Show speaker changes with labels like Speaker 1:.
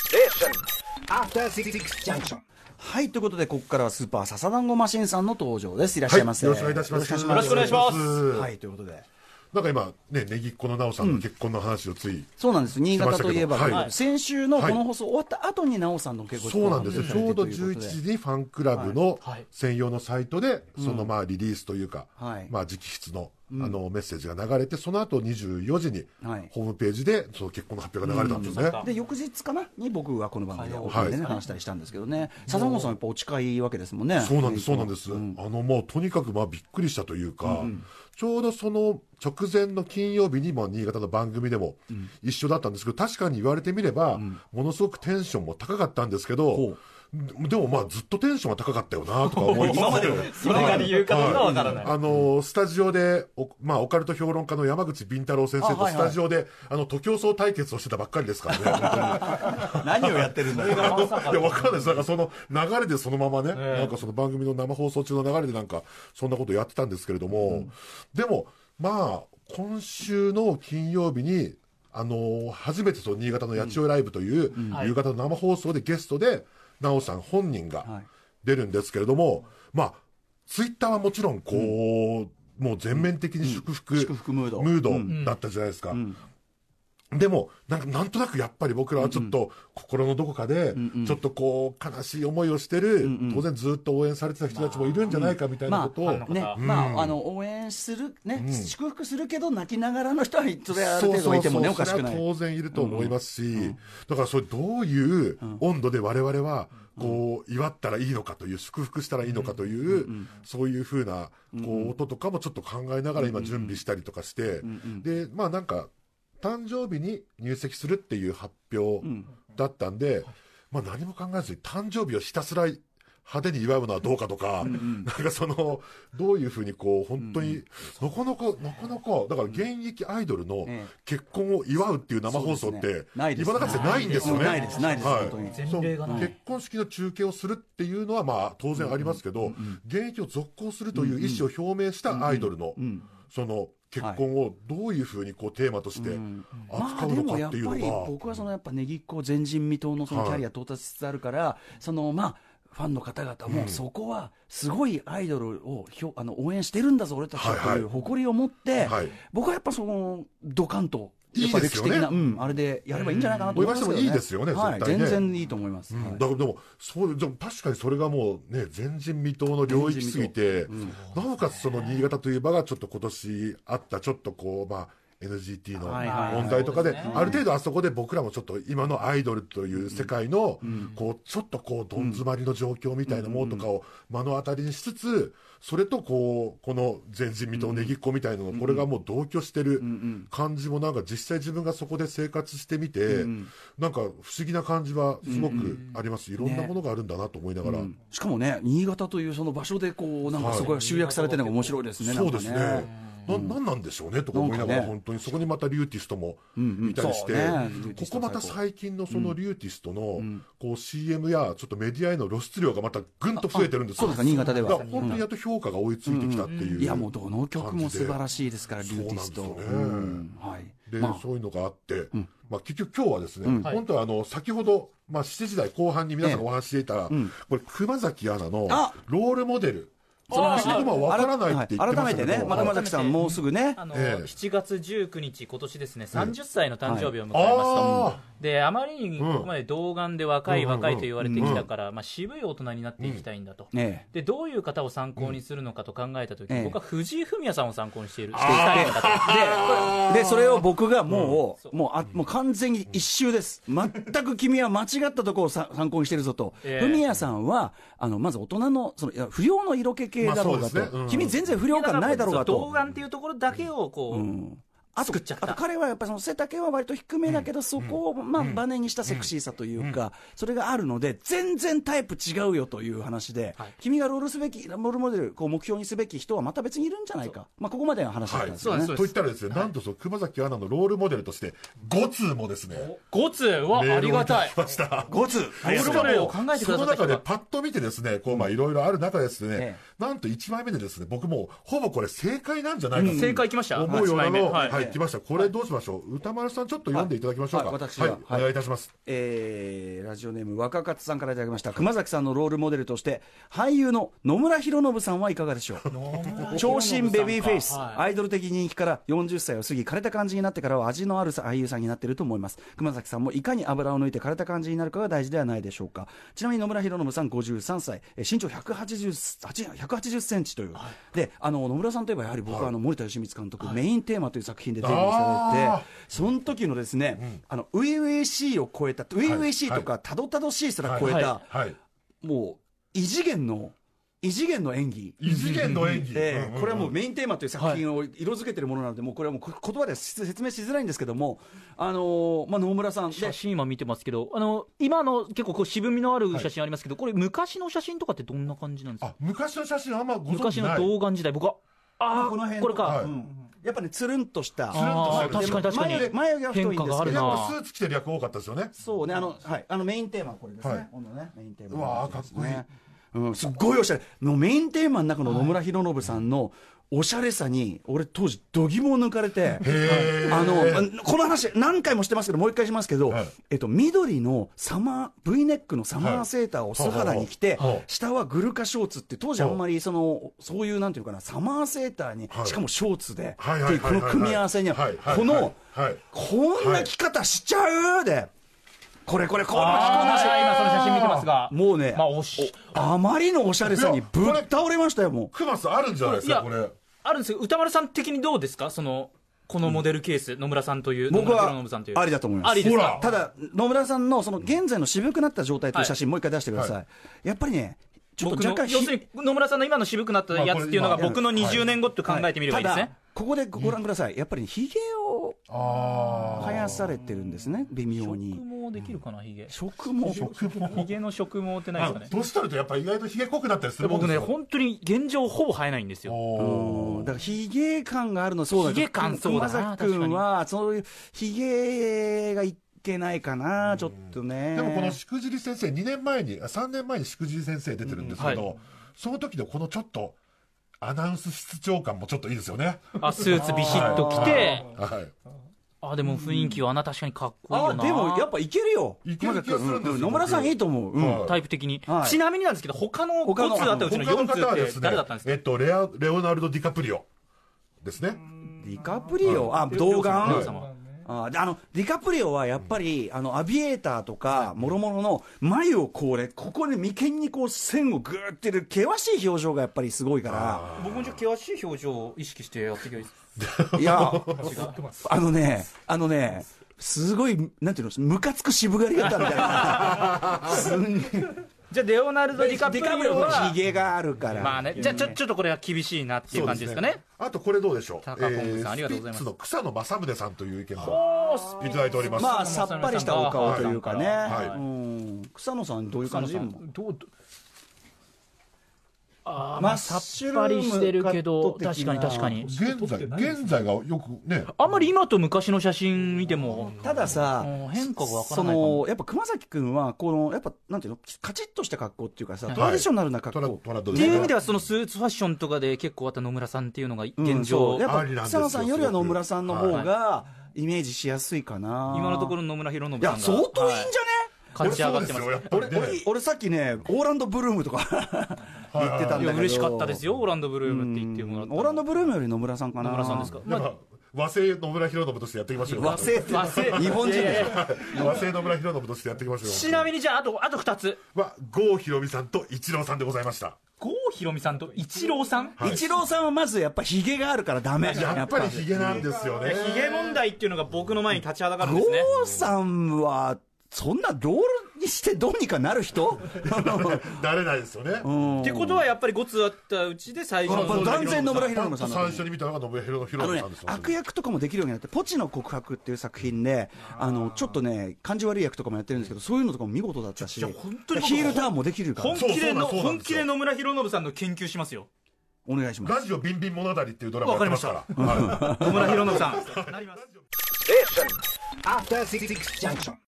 Speaker 1: Station.
Speaker 2: After Six Junction.
Speaker 3: はい、ということで、ここからはスーパーササダンゴマシンさんの登場です。いらっしゃいませ。
Speaker 4: よろしくお願いいたします。
Speaker 3: よろしくお願いします。
Speaker 4: ます
Speaker 3: はい、ということで。
Speaker 4: なんか今、ね、ネギっ子の奈緒さんの結婚の話をつい、
Speaker 3: そうなんです。新潟といえば、
Speaker 4: してましたけどはい
Speaker 3: 先週のこの放送終わった後に、なおさんの結婚
Speaker 4: そうなんですよ、
Speaker 3: が
Speaker 4: ちょうど11時にファンクラブの専用のサイトで、そのまあリリースというか、
Speaker 3: はい
Speaker 4: まあ直筆のあのメッセージが流れて、その後24時に
Speaker 3: はい
Speaker 4: ホームページでその結婚の発表が流れたんですね。
Speaker 3: で翌日かなに僕はこの番組でお金でね、話したりしたんですけどね、サザンゴさん、やっぱお近いわけですもんね。
Speaker 4: そうなんです、そうなんです、あのもうとにかくまあびっくりしたというか、ちょうどその直前の金曜日にも新潟の番組でも一緒だったんですけど、確かに言われてみれば、ものすごくテンションも高かったんですけど、でもまあ、ずっとテンションは高かったよなとか思いつ つ、
Speaker 5: 今までのそれが理由かどうかわからない。
Speaker 4: あのスタジオでお、まあ、オカルト評論家の山口敏太郎先生
Speaker 3: あ
Speaker 4: と
Speaker 3: はい
Speaker 4: ス
Speaker 3: はい
Speaker 4: タジオで、あの徒競走対決をしてたばっかりですからね、 本当に
Speaker 3: 何をやってるんだよ、
Speaker 4: いや、わかんないです。なんかその流れでそのままね、なんかその番組の生放送中の流れでなんか、そんなことやってたんですけれども、でも、まあ、今週の金曜日に、あのー初めてその新潟の八千代ライブという、夕方の生放送でゲストで、なおさん本
Speaker 3: は
Speaker 4: 人
Speaker 3: い
Speaker 4: が出るんですけれども、まあ、ツイッターはもちろん、こう、もう全面的に祝福、
Speaker 3: 祝福ムード
Speaker 4: だったじゃないですか。でもなんかなんとなくやっぱり僕らはちょっと心のどこかでちょっとこう悲しい思いをしてる当然ずっと応援されてた人たちもいるんじゃないかみたいな
Speaker 3: ま
Speaker 4: ことを
Speaker 3: あねまあ、あの応援する、ね祝福するけど、泣きながらの人は、それある程度いてもね、おかしくな
Speaker 4: それ
Speaker 3: い。
Speaker 4: は当然いると思いますし、だからそれどういう温度で我々はこう祝ったらいいのかという、祝福したらいいのかという、そういうふうなこう音とかもちょっと考えながら今準備したりとかして、で、まあなんか、誕生日に入籍するっていう発表だったんで、まあ何も考えずに誕生日をひたすら派手に祝うのはどうかとか、なんかその、どういうふうにこう、本当に、なかなか、なかなか、だから現役アイドルの
Speaker 3: ええ
Speaker 4: 結婚を祝うっていう生放送っ
Speaker 3: そうで
Speaker 4: て
Speaker 3: すね、ないです
Speaker 4: 今中でないんですよね。
Speaker 3: ないですないです
Speaker 4: はい
Speaker 3: 本当に
Speaker 5: 前例がない
Speaker 4: そう結婚式の中継をするっていうのは、まあ当然ありますけど、現役を続行するという意思を表明したアイドルの、その、結婚をどういうふうにこうテーマとして
Speaker 3: ま
Speaker 4: 扱
Speaker 3: あ
Speaker 4: う
Speaker 3: でも
Speaker 4: のか
Speaker 3: や
Speaker 4: っ
Speaker 3: って
Speaker 4: いうの
Speaker 3: ぱ
Speaker 4: が、
Speaker 3: り僕はそのやっぱネギっ子前人未到のそのキャリア到達しつつあるから、そのまあファンの方々もそこはすごいアイドルをひょあの応援してるんだぞ俺たちは
Speaker 4: はいはい
Speaker 3: という誇りを持って、
Speaker 4: はい
Speaker 3: 僕はやっぱそのドカンとやっぱ
Speaker 4: いいで
Speaker 3: 歴
Speaker 4: す
Speaker 3: 史
Speaker 4: よ
Speaker 3: 的
Speaker 4: ね
Speaker 3: なうんあれでやればいいんじゃないかなと思いますけど、ね、
Speaker 4: お祝いしてもいいですよね
Speaker 3: はい、
Speaker 4: 絶対ね
Speaker 3: 全然いいと思います、はい
Speaker 4: だからでもそうでも確かにそれがもうね前人未到の領域すぎて、なおかつその新潟という場がちょっと今年あったちょっとこうまあ NGT の
Speaker 3: はいはい
Speaker 4: 問題とかで、
Speaker 5: そうですね
Speaker 4: ある程度あそこで僕らもちょっと今のアイドルという世界の、こうちょっとこうどん詰まりの状況みたいなものとかを目の当たりにしつつそれとこうこの前人未到ねぎっこみたいなのこれがもう同居してる感じもなんか実際自分がそこで生活してみてなんか不思議な感じはすごくありますいろんなものがあるんだなと思いながら
Speaker 3: うんしかもね新潟というその場所でこうなんかそこが集約されてるのが面白いですね、
Speaker 4: そうです
Speaker 3: なんか
Speaker 4: ねななんなんでしょうねとか思いなが
Speaker 3: なん
Speaker 4: ら
Speaker 3: かね
Speaker 4: 本当にそこにまたリューティストもいたりし
Speaker 3: そ
Speaker 4: て
Speaker 3: うねリューティ
Speaker 4: こ
Speaker 3: スト
Speaker 4: こまた最近のそのリューティストのこう CM やちょっとメディアへの露出量がまたぐんと増えてるんです
Speaker 3: あそうですか新潟では
Speaker 4: だから本当にやっと評価が追いついてきたっていう
Speaker 3: いやもうどの曲も素晴ら
Speaker 4: い
Speaker 3: しいですからリューティスト
Speaker 4: そうなんですよね
Speaker 3: うんはい
Speaker 4: で、
Speaker 3: まあ
Speaker 4: そういうのがあって、まあ、結局今日はですね、本当はあの先ほど、まあ、7時台後半に皆さんがお話ししていた、これ熊崎アナの
Speaker 3: あ
Speaker 4: ロールモデル
Speaker 3: その話
Speaker 4: 結局今わからないって言っ
Speaker 3: 改
Speaker 4: てま
Speaker 3: め
Speaker 4: したけ
Speaker 3: て
Speaker 4: ど
Speaker 3: ね、まあ山崎さん、もうすぐね、
Speaker 5: あの、
Speaker 4: ええ
Speaker 5: 7月19日、今年ですね、30歳の誕生日を迎えました。
Speaker 4: あ
Speaker 5: で、あまりにここまで童顔で若い
Speaker 4: うん
Speaker 5: 若いと言われてきたから、まあ、渋い大人になっていきたいんだと。
Speaker 3: ね
Speaker 5: で、どういう方を参考にするのかと考えたとき、
Speaker 3: ええ
Speaker 5: 僕は藤井フミヤさんを参考にしている。していたいんだと。
Speaker 3: あで、で、それを僕がもう、もう、あ、もう完全に一周です。全く君は間違ったところをさ参考にしてるぞと。
Speaker 5: ええ
Speaker 3: 文也さんは、あの、まず大人の、その、いや不良の色気系だろうが
Speaker 4: まあそうですねう
Speaker 3: と。
Speaker 4: ん
Speaker 3: 君全然不良感ないだろうが
Speaker 5: 童
Speaker 3: と。
Speaker 5: 顔っていうところだけをこう、
Speaker 3: あと
Speaker 5: 作っちゃっ
Speaker 3: あ
Speaker 5: た
Speaker 3: と彼はやっぱりその背丈は割と低めだけど、そこをまあバネにしたセクシーさというか、それがあるので、全然タイプ違うよという話で、
Speaker 5: はい
Speaker 3: 君がロールすべき、ロールモデル、こう目標にすべき人はまた別にいるんじゃないか、まあ、ここまでの話だったんですよね。
Speaker 5: はいそうです
Speaker 4: と言ったらですね、なんとその熊崎アナのロールモデルとして5通もですね
Speaker 5: 5通はありがたい。
Speaker 4: ました
Speaker 3: ゴツ
Speaker 5: ロールモデルを考えてくださ
Speaker 4: その
Speaker 5: った
Speaker 4: 中
Speaker 5: 人
Speaker 4: で
Speaker 5: が。
Speaker 4: パッと見てですね、こう、まあ、いろいろある中ですね、
Speaker 3: え
Speaker 4: なんと1枚目でですね、僕もう、ほぼこれ正解なんじゃないかと、
Speaker 5: 正解来ました
Speaker 4: 思うような
Speaker 5: 一枚目
Speaker 4: の、
Speaker 5: は
Speaker 4: はいい、来ました。これどうしましょう、歌丸さんちょっと読んでいただきましょうか。
Speaker 3: はい私が
Speaker 4: はいお願いいたします。
Speaker 3: えーラジオネーム若勝さんからいただきました熊崎さんのロールモデルとして俳優の野村弘信さんはいかがでしょう 長身ベビーフェイス、アイドル的人気から40歳を過ぎ枯れた感じになってからは味のある俳優さんになっていると思います熊崎さんもいかに油を抜いて枯れた感じになるかが大事ではないでしょうかちなみに野村弘信さん53歳えー身長180 180センチという、であの野村さんといえばやはり僕はあの森田芳光監督、メインテーマという作品でデビューされて
Speaker 4: あー
Speaker 3: その時のですね、あの、初々しいを超えた、初々しいとか、たどたどしいすら超えた、
Speaker 5: は
Speaker 4: はい
Speaker 3: もう、異次元の、異次元の演技。
Speaker 4: 異次元の演技、
Speaker 3: で
Speaker 4: うんうんうん
Speaker 3: これはもうメインテーマという作品を色づけてるものなので、もうこれはもうこ言葉では説説明しづらいんですけども、あのーまあ、野村さんで
Speaker 5: 写、真今見てますけど、あの今の結構こう渋みのある写真ありますけど、これ昔の写真とかってどんな感じなんですか
Speaker 4: あ昔の写真あんまご存
Speaker 5: 昔
Speaker 4: 知
Speaker 5: の
Speaker 4: ない
Speaker 5: 童顔時代、僕は、ああ、
Speaker 3: この辺の
Speaker 5: これか、
Speaker 4: はい
Speaker 3: うんやっぱね、つるんとした、
Speaker 4: つるんとして
Speaker 5: あ
Speaker 4: る
Speaker 5: ー確かに確かに
Speaker 3: で、眉毛は太いんですけど
Speaker 5: 変化があ
Speaker 4: え
Speaker 5: る
Speaker 4: やっ
Speaker 5: な
Speaker 4: ぱスーツ着てる役多かったですよね
Speaker 3: そうね、あの、はい、あのメインテーマはこれですね。
Speaker 4: はい
Speaker 3: 今度ね、メインテーマ、
Speaker 4: うわーかっこいい
Speaker 3: うん、すっごいおしゃれ。のメインテーマの中の野村弘信さんの、おしゃれさに、俺当時、度肝を抜かれて、
Speaker 4: へー
Speaker 3: あの、この話何回もしてますけど、もう一回しますけど、
Speaker 4: はい
Speaker 3: えっと、緑のサマー、V ネックのサマーセーターを素肌に着て
Speaker 4: はいはい、
Speaker 3: 下はグルカショーツって、当時あんまり、その、そういう、なんていうかな、サマーセーターに
Speaker 4: は、い
Speaker 3: しかもショーツで、
Speaker 4: はい
Speaker 3: っ
Speaker 4: は
Speaker 3: てい
Speaker 4: いう
Speaker 3: こ
Speaker 4: はいは
Speaker 3: の
Speaker 4: い
Speaker 3: 組み合わせには
Speaker 4: はいはいは、い
Speaker 3: この
Speaker 4: はい、
Speaker 3: こんな着方しちゃうで、これこれ、この着こなし
Speaker 5: あー今その写真見てますが、
Speaker 3: もうね
Speaker 5: まあ、おし
Speaker 3: あまりのおしゃれさにぶっ倒れましたよ、も
Speaker 4: クマスあるんじゃないですかこれ
Speaker 5: あるんですけど、歌丸さん的にどうですか、そのこのモデルケース、野村さんという、
Speaker 3: う。僕
Speaker 5: 野村
Speaker 3: は
Speaker 5: 弘信さんという、
Speaker 3: ありだと思います。
Speaker 5: ありですか
Speaker 4: ほら
Speaker 3: ただ、野村さんのその現在の渋くなった状態という写真、もう一回出してください,、
Speaker 4: は
Speaker 3: やっぱりね、ちょっ
Speaker 5: 僕
Speaker 3: と
Speaker 5: の
Speaker 3: 若干ひ
Speaker 5: 要するに野村さんの今の渋くなったやつっていうのが、
Speaker 4: まあ
Speaker 5: 僕の
Speaker 4: これまあ
Speaker 5: 20年後って考えてみればいいですね。
Speaker 3: ただ、ここでご覧ください、やっぱりひ、げを
Speaker 4: あ
Speaker 3: 生やされてるんですね、微妙に。
Speaker 5: 毛できるかな、ヒゲ。
Speaker 3: 食毛
Speaker 5: ヒゲの植毛ってないですかね。
Speaker 4: 年取るとやっぱり意外とひげ濃くなったりするもん
Speaker 5: 僕
Speaker 4: です
Speaker 5: ね、
Speaker 4: よ
Speaker 5: 本当に現状、ほぼ生えないんですよ。
Speaker 3: うん
Speaker 4: おー
Speaker 3: だからひげ感があるのそうだけど
Speaker 5: 髭感そうだな
Speaker 3: 熊崎君はそういうひげがいけないかな、ちょっとね
Speaker 4: でもこのしくじり先生2年前にあ3年前にしくじり先生出てるんですけど、
Speaker 5: うんは
Speaker 4: その時のこのちょっとアナウンス室長感もちょっといいですよね
Speaker 5: あ、スーツビシッと着て、
Speaker 4: はい
Speaker 5: あ、でも雰囲気はな、確かにかっこいいよ
Speaker 3: あ
Speaker 5: な。
Speaker 3: でもやっぱいけるよ
Speaker 4: いける気がするんで
Speaker 3: 熊崎君う
Speaker 4: すよ
Speaker 3: 野村さん
Speaker 4: 僕
Speaker 3: いいと思う、うん
Speaker 4: はい
Speaker 5: タイプ的に
Speaker 3: は。い
Speaker 5: ちなみになんですけど、他の
Speaker 3: 他の
Speaker 5: 5通あったうち
Speaker 4: 他
Speaker 5: の
Speaker 4: の
Speaker 5: 4
Speaker 4: 方はで
Speaker 5: 通って
Speaker 4: すね
Speaker 5: 誰だったんですか
Speaker 4: えっとレアレオナルド・ディカプリオですね
Speaker 3: ディカプリオ、あ童
Speaker 5: レオ
Speaker 3: 顔
Speaker 5: 様は
Speaker 3: あであのディカプリオはやっぱり、あのアビエーターとか、もろもろの眉をこうね、ここで眉間にこう線をぐーってる、険しい表情がやっぱりすごいから、
Speaker 5: 僕もちょっと険しい表情を意識してやっていけばいいです
Speaker 3: いや、あのね、あのね、すごい、なんていうの、ムカつく渋刈り方みたいな、すんげえ
Speaker 5: じゃあ、レオナルド・ディカプリオは
Speaker 3: ひ、げがあるから、
Speaker 5: まあね、じゃあ、ちょちょっとこれは厳しいなっていう感じですかね。
Speaker 4: あとこれどうでしょう
Speaker 5: 高本さんありがとうございます
Speaker 4: スピッツの草野正宗さんという意見もいただいております、
Speaker 3: まあさっぱりしたお顔というかね、
Speaker 4: はいはい
Speaker 3: うん草野さん、どういう
Speaker 5: 草
Speaker 3: 感
Speaker 5: 野
Speaker 3: じ
Speaker 5: さん
Speaker 3: 今
Speaker 5: どうあー
Speaker 3: ま
Speaker 5: ま
Speaker 3: あ
Speaker 5: あさっぱりしてるけど
Speaker 3: マッシ
Speaker 5: 確
Speaker 3: ュル
Speaker 5: か
Speaker 3: ーム
Speaker 5: に
Speaker 3: カット的な
Speaker 5: 確かに
Speaker 4: 現在現在がよくね
Speaker 5: あんまり今と昔の写真見ても
Speaker 3: たださ、
Speaker 5: うん変化がわから
Speaker 3: そ
Speaker 5: ないかも
Speaker 3: のやっぱ熊崎君はこのやっぱなんていうのカチッとした格好っていうかさ、
Speaker 5: はい
Speaker 3: トラディショナルな格
Speaker 4: ト
Speaker 3: 好
Speaker 4: ラトラド
Speaker 5: っていう意味ではそのスーツファッションとかで結構あった野村さんっていうのが
Speaker 3: う
Speaker 5: 現
Speaker 3: ん
Speaker 5: 状
Speaker 3: そうやっ
Speaker 4: あ
Speaker 3: ぱ
Speaker 4: りなんです
Speaker 3: 草
Speaker 4: よ
Speaker 3: 野さんよりは野村さんの方
Speaker 5: すごく
Speaker 3: がイメージしやすいかな、
Speaker 5: 今のところ野村弘信
Speaker 3: い
Speaker 5: さん
Speaker 3: や
Speaker 5: が
Speaker 3: 相当いいんじゃね、
Speaker 5: 勝ち上がってます
Speaker 4: 俺そうですよやっぱりね
Speaker 3: 俺俺さっきねオーランドブルームとか 言ってたんだ
Speaker 5: い
Speaker 3: け
Speaker 5: や
Speaker 3: ど
Speaker 5: 嬉しかったですよオーランドブルームって言ってもらった
Speaker 3: オーランドブルームより野村さんかな
Speaker 5: 野村さんですか
Speaker 4: やっぱ和製野村弘信としてやっていきましょうよ
Speaker 3: 和製って
Speaker 5: 和製
Speaker 3: 日本人
Speaker 5: いやい
Speaker 3: で
Speaker 5: や
Speaker 3: し
Speaker 5: いや
Speaker 3: ょ
Speaker 4: 和製野村弘信としてやっていきましょう
Speaker 5: ちなみにじゃああとあと2つ
Speaker 4: は郷ひろみさんと一郎さんでございました
Speaker 5: 郷ひろみさんと一郎さん
Speaker 4: はい
Speaker 3: 一郎さんはまずやっぱひげがあるからダメ
Speaker 4: やっぱりヒゲなんですよね
Speaker 5: ヒゲ問題っていうのが僕の前に立ちはだかるん
Speaker 3: ロ
Speaker 5: ですね
Speaker 3: ーさんはそんなロールにしてどうにかなる人
Speaker 4: なれないですよね
Speaker 5: ってことはやっぱり5通あったうちで最初
Speaker 3: やっぱ
Speaker 5: の
Speaker 3: 断然野村弘信さんだと
Speaker 4: 最
Speaker 3: 思う
Speaker 4: 初に見たのが野村弘信
Speaker 3: あのね
Speaker 4: さんです、
Speaker 3: 悪役とかもできるようになって、ポチの告白っていう作品で、あの、ちょっとね、感じ悪い役とかもやってるんですけど、そういうのとかも見事だったし、ヒ
Speaker 5: や本当に
Speaker 3: ールターンもできるから
Speaker 5: 本、気での
Speaker 4: そうそうなん
Speaker 5: 本
Speaker 4: です
Speaker 5: 気
Speaker 4: よ
Speaker 5: で野村弘信さんの研究しますよ
Speaker 3: お願いします。
Speaker 4: ラジオビンビン物語っていうドラマやってますからはい
Speaker 5: 野村弘信さん
Speaker 2: After Six Junction.